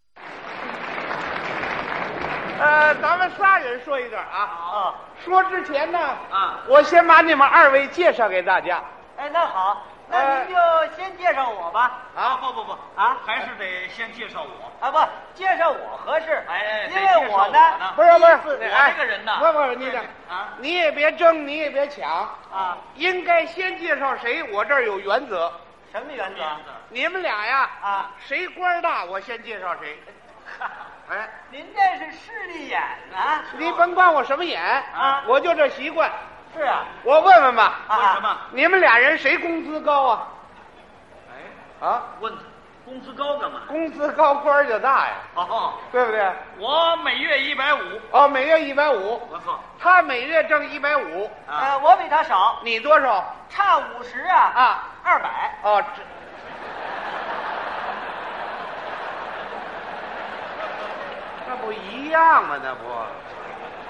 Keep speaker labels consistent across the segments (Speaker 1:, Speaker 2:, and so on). Speaker 1: 个，呃咱们仨人说一段啊。
Speaker 2: 好，
Speaker 1: 说之前呢，
Speaker 2: 啊，
Speaker 1: 我先把你们二位介绍给大家。
Speaker 2: 哎，那好，那
Speaker 1: 呃
Speaker 2: 您就先介绍我吧。
Speaker 3: 啊，不不不，
Speaker 2: 啊
Speaker 3: 还是得先介绍我。
Speaker 2: 啊，不，介绍我合适。
Speaker 3: 哎
Speaker 2: 因
Speaker 3: 得介绍
Speaker 2: 为我
Speaker 3: 我呢
Speaker 1: 不是不
Speaker 2: 第一次
Speaker 1: 是，
Speaker 3: 我
Speaker 1: 哎，
Speaker 3: 这个人呐
Speaker 1: 不不，你这
Speaker 3: 啊
Speaker 1: 你也别争，你也别抢，
Speaker 2: 啊，
Speaker 1: 应该先介绍谁，我这儿有原则。
Speaker 2: 什么原则？
Speaker 1: 你们俩呀，
Speaker 2: 啊，
Speaker 1: 谁官儿大，我先介绍谁。哎，
Speaker 2: 您这是势利眼啊！
Speaker 1: 你甭管我什么眼
Speaker 2: 啊
Speaker 1: 我就这习惯。
Speaker 2: 是啊，
Speaker 1: 我问问吧，
Speaker 2: 啊
Speaker 3: 为什么？
Speaker 1: 你们俩人谁工资高啊？
Speaker 3: 哎，
Speaker 1: 啊，
Speaker 3: 问他工资高干嘛？
Speaker 1: 工资高官儿就大呀，
Speaker 3: 哦，
Speaker 1: 对不对？
Speaker 3: 我每月一百五。
Speaker 1: 哦，每月一百五，
Speaker 3: 我操！
Speaker 1: 他每月挣一百五，
Speaker 3: 啊，
Speaker 2: 呃，我比他少，
Speaker 1: 你多少
Speaker 2: 差五十啊，
Speaker 1: 啊？
Speaker 2: 二百。
Speaker 1: 哦，这那不一样吗？那不，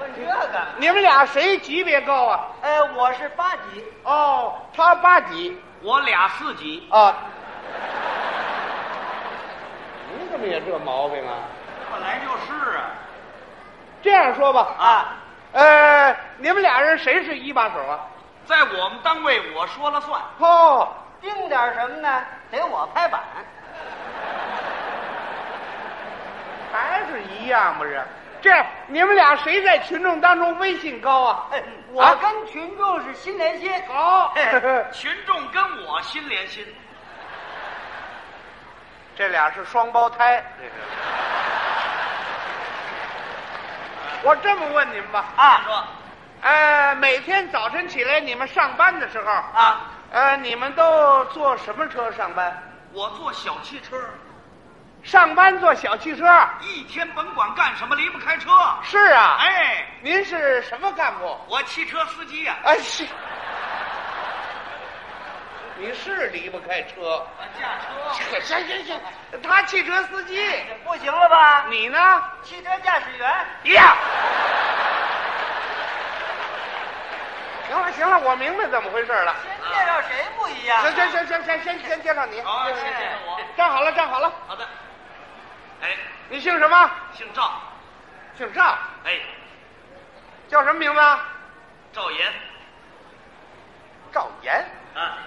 Speaker 2: 问这个，
Speaker 1: 你们俩谁级别高啊？
Speaker 2: 呃，我是八级，
Speaker 1: 哦，他八级
Speaker 3: 我俩四级。
Speaker 1: 啊。你怎么也这毛病啊？
Speaker 3: 本来就是啊。
Speaker 1: 这样说吧，
Speaker 3: 啊，
Speaker 1: 呃，你们俩人谁是一把手啊？
Speaker 3: 在我们单位我说了算。
Speaker 1: 哦，
Speaker 2: 定点什么呢？得我拍板。
Speaker 1: 还是一样不是？这样你们俩谁在群众当中威信高啊？
Speaker 2: 哎，
Speaker 1: 啊
Speaker 2: 我跟群众是心连心。
Speaker 1: 好，
Speaker 3: 群众跟我心连心。
Speaker 1: 这俩是双胞胎。这是。我这么问你们吧，
Speaker 3: 啊，
Speaker 2: 啊
Speaker 3: 说
Speaker 1: 呃，每天早晨起来你们上班的时候，
Speaker 3: 啊，
Speaker 1: 呃，你们都坐什么车上班？
Speaker 3: 我坐小汽车，
Speaker 1: 上班坐小汽车？
Speaker 3: 一天甭管干什么离不开车。
Speaker 1: 是啊。，
Speaker 3: 哎，
Speaker 1: 您是什么干部？
Speaker 3: 我汽车司机呀、
Speaker 1: 哎，是。你是离不开车。
Speaker 3: 我驾车。
Speaker 1: 行行行，他汽车司机，
Speaker 2: 不行了吧？
Speaker 1: 你呢？
Speaker 2: 汽车驾驶员，
Speaker 1: 呀！行了行了，我明白怎么回事了。
Speaker 2: 先介绍谁不一样？啊
Speaker 1: 行行行行行，先先介绍你。
Speaker 3: 好，哦谢谢我。
Speaker 1: 站好了，站好了。
Speaker 3: 哎好的。哎，
Speaker 1: 你姓什么？
Speaker 3: 姓赵。
Speaker 1: 姓赵，
Speaker 3: 哎，
Speaker 1: 叫什么名字？啊
Speaker 3: 赵岩。
Speaker 1: 赵岩，
Speaker 3: 啊，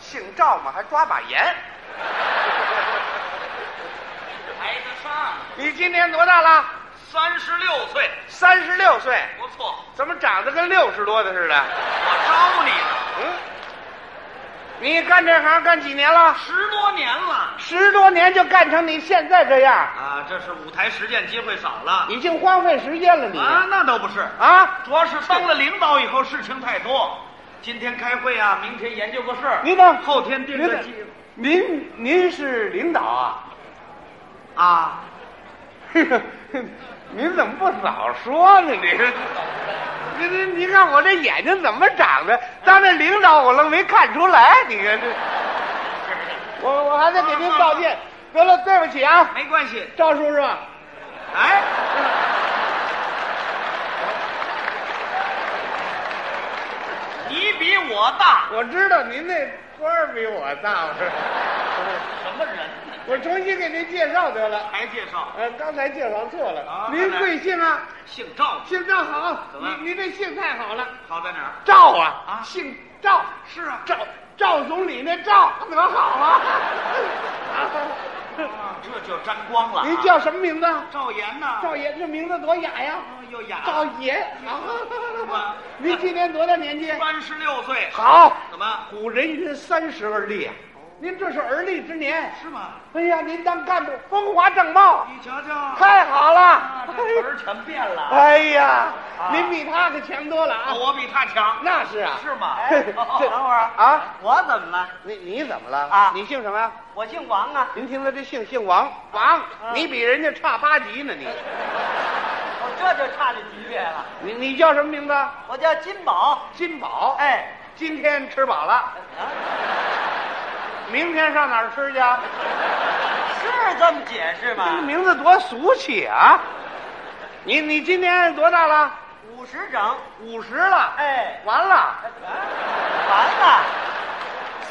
Speaker 1: 姓赵嘛，还抓把盐。
Speaker 3: 排得上。
Speaker 1: 你今年多大了？
Speaker 3: 三十六岁，
Speaker 1: 三十六岁，
Speaker 3: 不错。
Speaker 1: 怎么长得跟六十多的似的？
Speaker 3: 我招你了，
Speaker 1: 嗯，你干这行干几年了？
Speaker 3: 十多年了。
Speaker 1: 十多年就干成你现在这样，
Speaker 3: 啊，这是舞台实践机会少了。
Speaker 1: 已经荒废时间了你。
Speaker 3: 啊，那倒不是，
Speaker 1: 啊
Speaker 3: 主要是当了领导以后事情太多。今天开会啊，明天研究个事儿，
Speaker 1: 您呢？
Speaker 3: 后天定个计
Speaker 1: 您您是领导啊？
Speaker 3: 啊。
Speaker 1: 您怎么不早说呢？您，您您您看我这眼睛怎么长的？当着领导我愣没看出来，你看这，我我还得给您道歉。得了，对不起啊，
Speaker 3: 没关系，
Speaker 1: 赵叔叔，
Speaker 3: 哎，你比我大，
Speaker 1: 我知道您那官儿比我大，我
Speaker 3: 什么人呢？
Speaker 1: 我重新给您介绍得了。
Speaker 3: 还介绍，
Speaker 1: 呃，刚才介绍错了
Speaker 3: 啊。
Speaker 1: 您贵姓啊？
Speaker 3: 姓赵，
Speaker 1: 姓赵好，
Speaker 3: 怎么
Speaker 1: 您您这姓太好了。
Speaker 3: 好在哪儿？
Speaker 1: 赵啊，
Speaker 3: 啊
Speaker 1: 姓赵，
Speaker 3: 是啊
Speaker 1: 赵赵总理那赵，多好 啊！
Speaker 3: 啊这就沾光了啊。
Speaker 1: 您叫什么名字？
Speaker 3: 赵岩呐？
Speaker 1: 赵爷，这名字多雅呀！
Speaker 3: 哦又雅。
Speaker 1: 赵爷，好
Speaker 3: 哇，
Speaker 1: 您今年多大年纪？
Speaker 3: 三十六岁，
Speaker 1: 好，
Speaker 3: 怎么？
Speaker 1: 古人云三十而立啊，您这是而立之年。
Speaker 3: 是吗？
Speaker 1: 哎呀，您当干部风华正茂，
Speaker 3: 你瞧瞧，
Speaker 1: 太好了
Speaker 3: 啊！这词儿全变了。
Speaker 1: 哎呀，
Speaker 3: 啊
Speaker 1: 您比他可强多了啊！
Speaker 3: 我比他强，
Speaker 1: 那是啊，
Speaker 3: 是吗？
Speaker 2: 哎，
Speaker 1: 这
Speaker 2: 等会儿
Speaker 1: 啊，
Speaker 2: 我怎么了？
Speaker 1: 你你怎么了
Speaker 2: 啊
Speaker 1: 你姓什么呀？
Speaker 2: 我姓王啊，
Speaker 1: 您听他这姓姓王，王，你比人家差八级呢，你
Speaker 2: 我哦这就差这级别了。
Speaker 1: 你你叫什么名字？
Speaker 2: 我叫金宝，
Speaker 1: 金宝。，
Speaker 2: 哎，
Speaker 1: 今天吃饱了，
Speaker 2: 啊，
Speaker 1: 明天上哪儿吃去啊？
Speaker 2: 是这么解释
Speaker 1: 这个
Speaker 2: 吗？
Speaker 1: 名字多俗气啊！你你今年多大了？
Speaker 2: 五十整，
Speaker 1: 五十了。
Speaker 2: 哎
Speaker 1: 完
Speaker 2: 啊
Speaker 1: 了，
Speaker 2: 完了，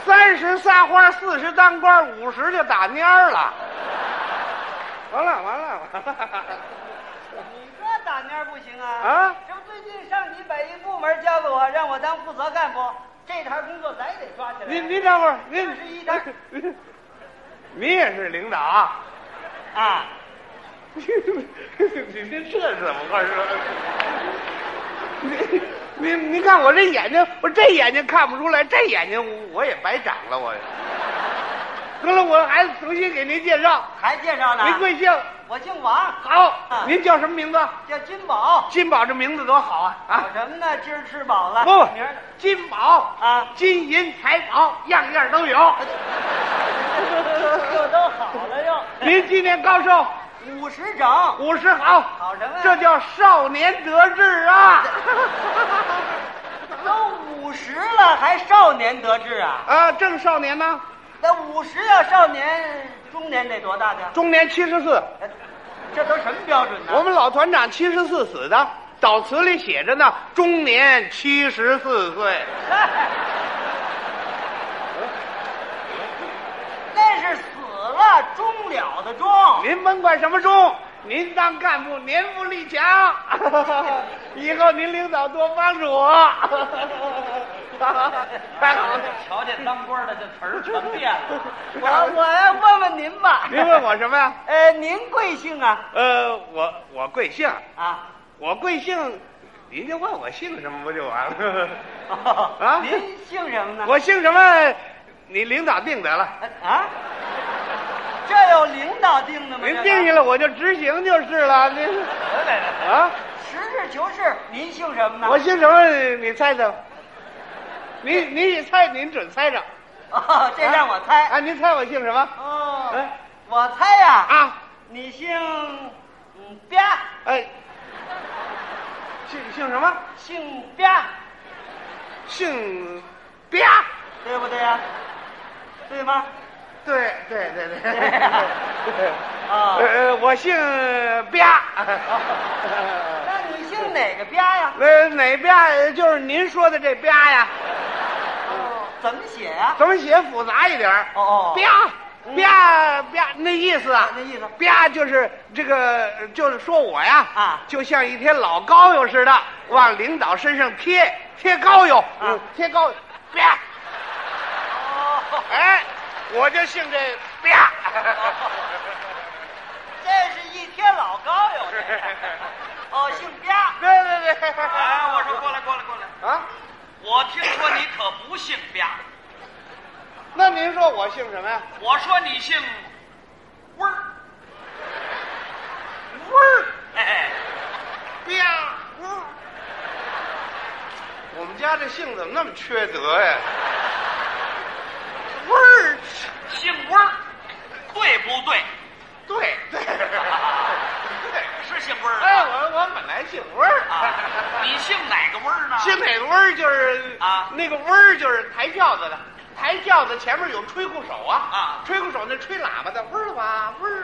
Speaker 1: 三十撒花，四十当官，五十就打蔫儿了。完了完了完了！
Speaker 2: 你这倒哪面不行啊？
Speaker 1: 啊
Speaker 2: 这不最近上级把一部门交给我，让我当负责干部，这摊工作咱也得抓起来。
Speaker 1: 您您等会儿，
Speaker 2: 这是一单
Speaker 1: 您 您也是领导啊？
Speaker 2: 啊，
Speaker 1: 你您这怎么回事？ 您您您看我这眼睛，我这眼睛看不出来，这眼睛我也白长了，我。得了，我还重新给您介绍，
Speaker 2: 还介绍呢？
Speaker 1: 您贵姓？
Speaker 2: 我姓王，
Speaker 1: 好，您叫什么名字？
Speaker 2: 叫金宝，
Speaker 1: 金宝这名字多好啊啊
Speaker 2: 搞！什么呢？今儿吃饱了，
Speaker 1: 不
Speaker 2: 明儿，
Speaker 1: 金宝
Speaker 2: 啊
Speaker 1: 金银财宝样样都有。
Speaker 2: 这都好了又。
Speaker 1: 您今年高寿？
Speaker 2: 五十整，
Speaker 1: 五十好，
Speaker 2: 搞什么呀？
Speaker 1: 这叫少年得志啊！
Speaker 2: 都五十了还少年得志啊？
Speaker 1: 啊，正少年呢，
Speaker 2: 那五十要少年，中年得多大的？
Speaker 1: 中年七十四。
Speaker 2: 哎这都什么标准呢？
Speaker 1: 我们老团长七十四死的，悼词里写着呢，终年七十四岁。
Speaker 2: 那是死了终了的终，
Speaker 1: 您甭管什么钟，您当干部年富力强， 以后您领导多帮助我。 太好了，
Speaker 3: 瞧见当官的这词儿全变了。
Speaker 2: 我啊我要问问您吧。
Speaker 1: 您 问我什么呀？
Speaker 2: 呃，您贵姓啊？
Speaker 1: 呃，我我贵姓，
Speaker 2: 啊，
Speaker 1: 我贵姓，您就问我姓什么不就完了？
Speaker 2: 啊您姓什么呢？
Speaker 1: 我姓什么，你领导定得了，
Speaker 2: 啊，这有领导定的吗？
Speaker 1: 您
Speaker 2: 这个
Speaker 1: 定下来我就执行就是了。您
Speaker 2: 来来来，
Speaker 1: 啊，
Speaker 2: 实事求是，您姓什么呢？
Speaker 1: 我姓什么？你猜猜吧。您您一猜，您准猜着。
Speaker 2: 哦，这让我猜。
Speaker 1: 啊，您猜我姓什么？
Speaker 2: 哦
Speaker 1: 哎，
Speaker 2: 我猜呀、
Speaker 1: 啊，
Speaker 2: 你姓嗯吧，
Speaker 1: 哎，姓姓什么？
Speaker 2: 姓吧，
Speaker 1: 姓吧。
Speaker 2: 对不对呀、对吗？
Speaker 1: 对对对对。
Speaker 2: 啊
Speaker 1: 呃，我姓吧。
Speaker 2: 那你姓哪个吧呀？
Speaker 1: 呃，哪吧？就是您说的这吧呀？
Speaker 2: 哦，怎么写呀、
Speaker 1: 怎么写复杂一点儿？
Speaker 2: 哦哦
Speaker 1: 吧吧吧，那意思啊
Speaker 2: 啊，那意思
Speaker 1: 吧就是这个，呃就是说我呀，
Speaker 2: 啊
Speaker 1: 就像一天老膏药似的，往领导身上贴贴膏
Speaker 2: 啊
Speaker 1: 药，嗯，贴膏药，吧，
Speaker 2: 哦，
Speaker 1: 哎，我就姓这吧。
Speaker 2: 这是一天老高哟。这是哦，姓吧。
Speaker 1: 对对对，
Speaker 3: 哎，我说过来过来过来，
Speaker 1: 啊，
Speaker 3: 我听说你可不姓吧？
Speaker 1: 那您说我姓什么呀？
Speaker 3: 我说你姓温儿，
Speaker 1: 味儿
Speaker 3: 哎，
Speaker 1: 吧，嗯我们家这姓怎么那么缺德呀？味儿。
Speaker 3: 姓温儿，对不对？
Speaker 1: 对对对，
Speaker 3: 是姓温儿
Speaker 1: 哎，
Speaker 3: 啊
Speaker 1: 我我本来姓温儿
Speaker 3: 啊？
Speaker 1: 啊，
Speaker 3: 你姓哪个温儿呢？
Speaker 1: 姓哪个温儿就是
Speaker 3: 啊
Speaker 1: 那个温儿就是抬轿子的，抬轿子前面有吹鼓手啊，
Speaker 3: 啊
Speaker 1: 吹鼓手那吹喇叭的，嗡儿吧嗡儿，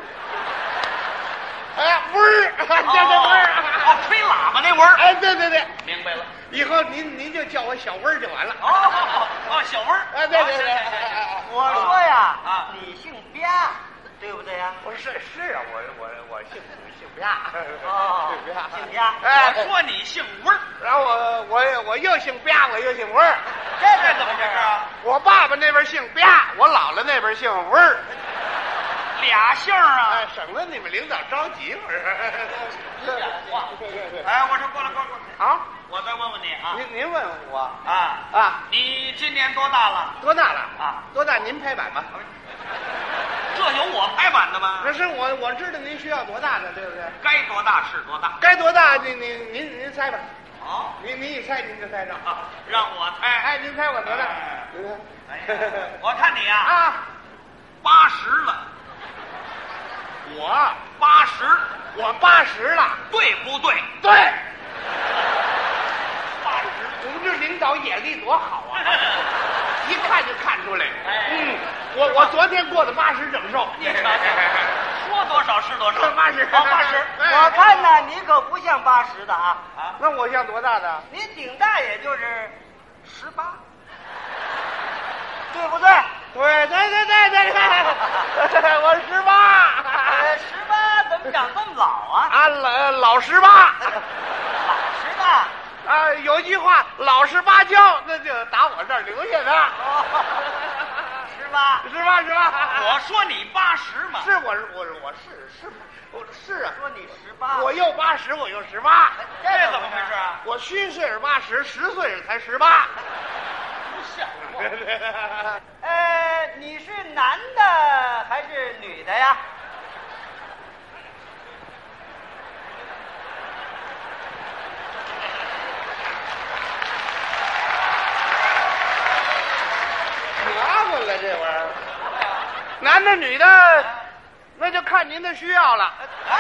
Speaker 1: 哎呀嗡儿，
Speaker 3: 哦
Speaker 1: 叫这温儿，
Speaker 3: 哦，吹喇叭那温儿。
Speaker 1: 哎对对对，
Speaker 3: 明白了。
Speaker 1: 以后您您就叫我小温儿就完了，
Speaker 3: 哦哦，小温儿。
Speaker 1: 哎对对对，哎
Speaker 3: 哦行行行行
Speaker 2: 我说呀，
Speaker 3: 啊
Speaker 2: 你姓吧，对不对呀、
Speaker 1: 我是是啊，我我我姓姓 吧，
Speaker 2: 哦
Speaker 1: 姓吧，
Speaker 2: 姓吧
Speaker 1: 哎，
Speaker 3: 我说你姓温儿，
Speaker 1: 然后我我我又姓吧，我又姓温儿。
Speaker 2: 这
Speaker 3: 这怎么回事啊？？
Speaker 1: 我爸爸那边姓吧，我姥姥那边姓温儿，
Speaker 3: 俩姓儿
Speaker 1: 哎
Speaker 3: 啊。，
Speaker 1: 省得你们领导着急，不是？
Speaker 3: 话
Speaker 1: 对对对。
Speaker 3: 哎，我说过来过来过来，
Speaker 1: 啊，
Speaker 3: 我再问问你啊
Speaker 1: 您您问我
Speaker 3: 啊，
Speaker 1: 啊，
Speaker 3: 你今年多大了？
Speaker 1: 多大了？
Speaker 3: 啊，
Speaker 1: 多大？您拍板吧。
Speaker 3: 这有我拍板的吗
Speaker 1: 可？是我我知道您需要多大的，对不对？
Speaker 3: 该多大是多大。
Speaker 1: 该多大？您您您您猜吧，
Speaker 3: 好，
Speaker 1: 您您一猜您就猜着。
Speaker 3: 啊让我猜。
Speaker 1: 哎，您猜我多大
Speaker 3: 哎？
Speaker 1: 您
Speaker 3: 哎呀
Speaker 1: 猜
Speaker 3: 我看你啊，
Speaker 1: 啊，
Speaker 3: 八十了，
Speaker 1: 我啊
Speaker 3: 八十，
Speaker 1: 我八十了。
Speaker 3: 对不对？
Speaker 1: 对，八十，我们这领导眼力多好啊！ 一看就看出来。
Speaker 3: 哎
Speaker 1: 嗯，我我昨天过的八十整寿。
Speaker 3: 你瞧瞧，说多少是多少。
Speaker 1: 八十，
Speaker 3: 好八十。
Speaker 1: 哎
Speaker 2: 我看呐，你可不像八十的啊，
Speaker 3: 啊，
Speaker 1: 那我像多大的？
Speaker 2: 你顶大也就是十 八，对不对？
Speaker 1: 对对对对对，我十八。
Speaker 2: 呃，十八怎怎么长这么老 啊？
Speaker 1: 啊，老老实吧，
Speaker 2: 老实吧？
Speaker 1: 啊，有句话老实巴交，那就打我这儿留下的，
Speaker 2: 哦，是吧？
Speaker 1: 是吧？是吧？
Speaker 3: 我说你八十嘛，
Speaker 1: 是我是我是我是是我是啊，
Speaker 2: 说你十八，
Speaker 1: 我又八十，我又十八，
Speaker 2: 这
Speaker 3: 这怎么回事？啊？
Speaker 1: 我虚岁是八十，实岁是才十八。
Speaker 2: 不像话。呃，你是男的还是女的呀？
Speaker 1: 麻烦了这玩意儿，男的女的，那就看您的需要了。
Speaker 2: 哎，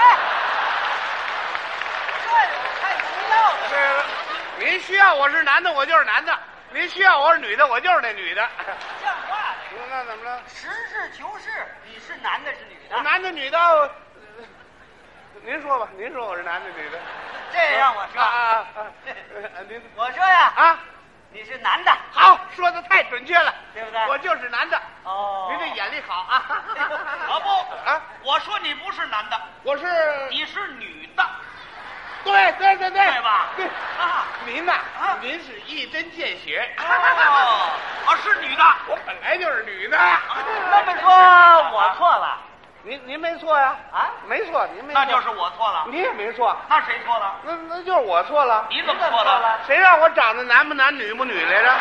Speaker 2: 这太需要了。
Speaker 1: 这您需要我是男的，我就是男的；您需要我是女的，我就是那女的。
Speaker 2: 像话这
Speaker 1: 那怎么了？
Speaker 2: 个实事求是，你是男的，是女的？
Speaker 1: 男的女的，呃您说吧，您说我是男的女的？
Speaker 2: 这让我
Speaker 1: 啊
Speaker 2: 说，
Speaker 1: 啊啊！呃您
Speaker 2: 我说呀，
Speaker 1: 啊，
Speaker 2: 你是男的，
Speaker 1: 好，说的太准确了，
Speaker 2: 对不对
Speaker 1: 我就是男的。
Speaker 2: 哦
Speaker 1: 您这眼力好 啊！
Speaker 3: 啊不
Speaker 1: 啊，
Speaker 3: 我说你不是男的，
Speaker 1: 我是
Speaker 3: 你是女的，啊
Speaker 1: 对对对对，
Speaker 3: 对吧？
Speaker 1: 对。
Speaker 3: 啊，
Speaker 2: 哦
Speaker 1: 您呐、
Speaker 3: 啊
Speaker 1: 您是一针见血。
Speaker 3: 哦，啊是女的，
Speaker 1: 我本来就是女的。
Speaker 2: 那
Speaker 3: 啊
Speaker 2: 么说我错了
Speaker 1: 您您没错呀、
Speaker 2: 啊？
Speaker 1: 没错，您没错。
Speaker 3: 那就是我错了，
Speaker 1: 您也没错，
Speaker 3: 那谁错了？
Speaker 1: 那那就是我错了。
Speaker 3: 你怎
Speaker 2: 你
Speaker 3: 么
Speaker 2: 怎么
Speaker 3: 错
Speaker 2: 错
Speaker 3: 了
Speaker 2: 了？
Speaker 1: 谁让我长得男不男女不女来 着？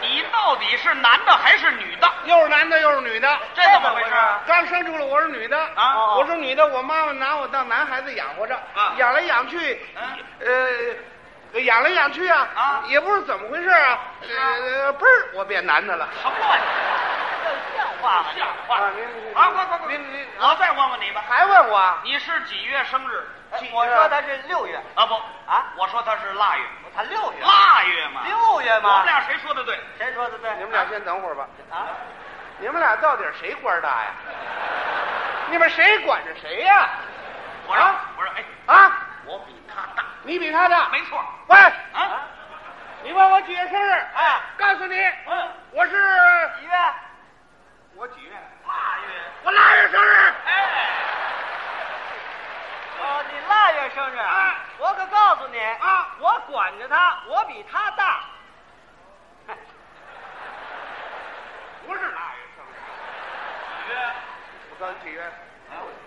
Speaker 3: 你到底是男的还是女的？
Speaker 1: 又是男的又是女的，
Speaker 3: 这怎么回事啊？
Speaker 1: 刚生出来我是女的
Speaker 3: 啊
Speaker 1: 哦我是女的，我妈妈拿我当男孩子养活着
Speaker 3: 啊
Speaker 1: 养来养去，
Speaker 3: 啊
Speaker 1: 呃，养来养去啊，
Speaker 3: 啊
Speaker 1: 也不知道怎么回事啊，呃，嘣儿我变男的了。
Speaker 3: 什么玩意儿？
Speaker 2: 这像话吗？
Speaker 3: 像话
Speaker 1: 啊
Speaker 3: 吗？
Speaker 1: 您您
Speaker 3: 啊，快快快！
Speaker 1: 您您
Speaker 3: 我再问问你吧，
Speaker 1: 还问我啊？
Speaker 3: 你是几月生日？
Speaker 2: 哎我说他是六月，
Speaker 3: 啊不
Speaker 2: 啊
Speaker 3: 我说他是腊月，
Speaker 2: 他六月，
Speaker 3: 腊月嘛，
Speaker 2: 六月
Speaker 3: 我们
Speaker 2: 嘛，
Speaker 3: 俩谁说的对？
Speaker 2: 谁说的对？
Speaker 1: 你们俩先等会儿吧，
Speaker 2: 啊？
Speaker 1: 你们俩到底谁官大呀？
Speaker 3: 啊
Speaker 1: 你们谁管着谁呀、
Speaker 3: 我说
Speaker 1: 啊
Speaker 3: 我说哎，
Speaker 1: 啊？
Speaker 3: 我比他大，
Speaker 1: 你比他大？
Speaker 3: 没错
Speaker 1: 喂，
Speaker 3: 啊。
Speaker 1: 你问我几月生日？啊
Speaker 2: 哎，
Speaker 1: 告诉你，
Speaker 2: 嗯，
Speaker 1: 我是
Speaker 2: 几月？
Speaker 1: 我几月？
Speaker 3: 腊月，
Speaker 1: 我腊月生日。
Speaker 3: 哎，
Speaker 2: 哦，你腊月生日
Speaker 3: 哎
Speaker 1: 啊
Speaker 2: 我可告诉你
Speaker 1: 啊
Speaker 2: 我管着他，我比他大。
Speaker 1: 不是腊月生日，
Speaker 3: 几啊月？
Speaker 1: 我告诉你几月？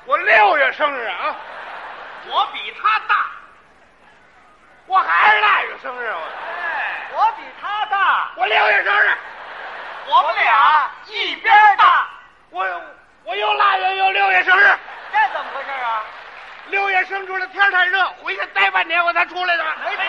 Speaker 1: 我六月生日啊！
Speaker 3: 我比他大，
Speaker 1: 我还是腊月生日，我
Speaker 3: 哎，
Speaker 2: 我比他大，
Speaker 1: 我六月生日，
Speaker 3: 我们俩一边大，
Speaker 1: 我我又腊月又六月生日。
Speaker 2: 这怎么回事啊？
Speaker 1: 六月生出来天儿太热，回去待半年我才出来的。
Speaker 2: 没错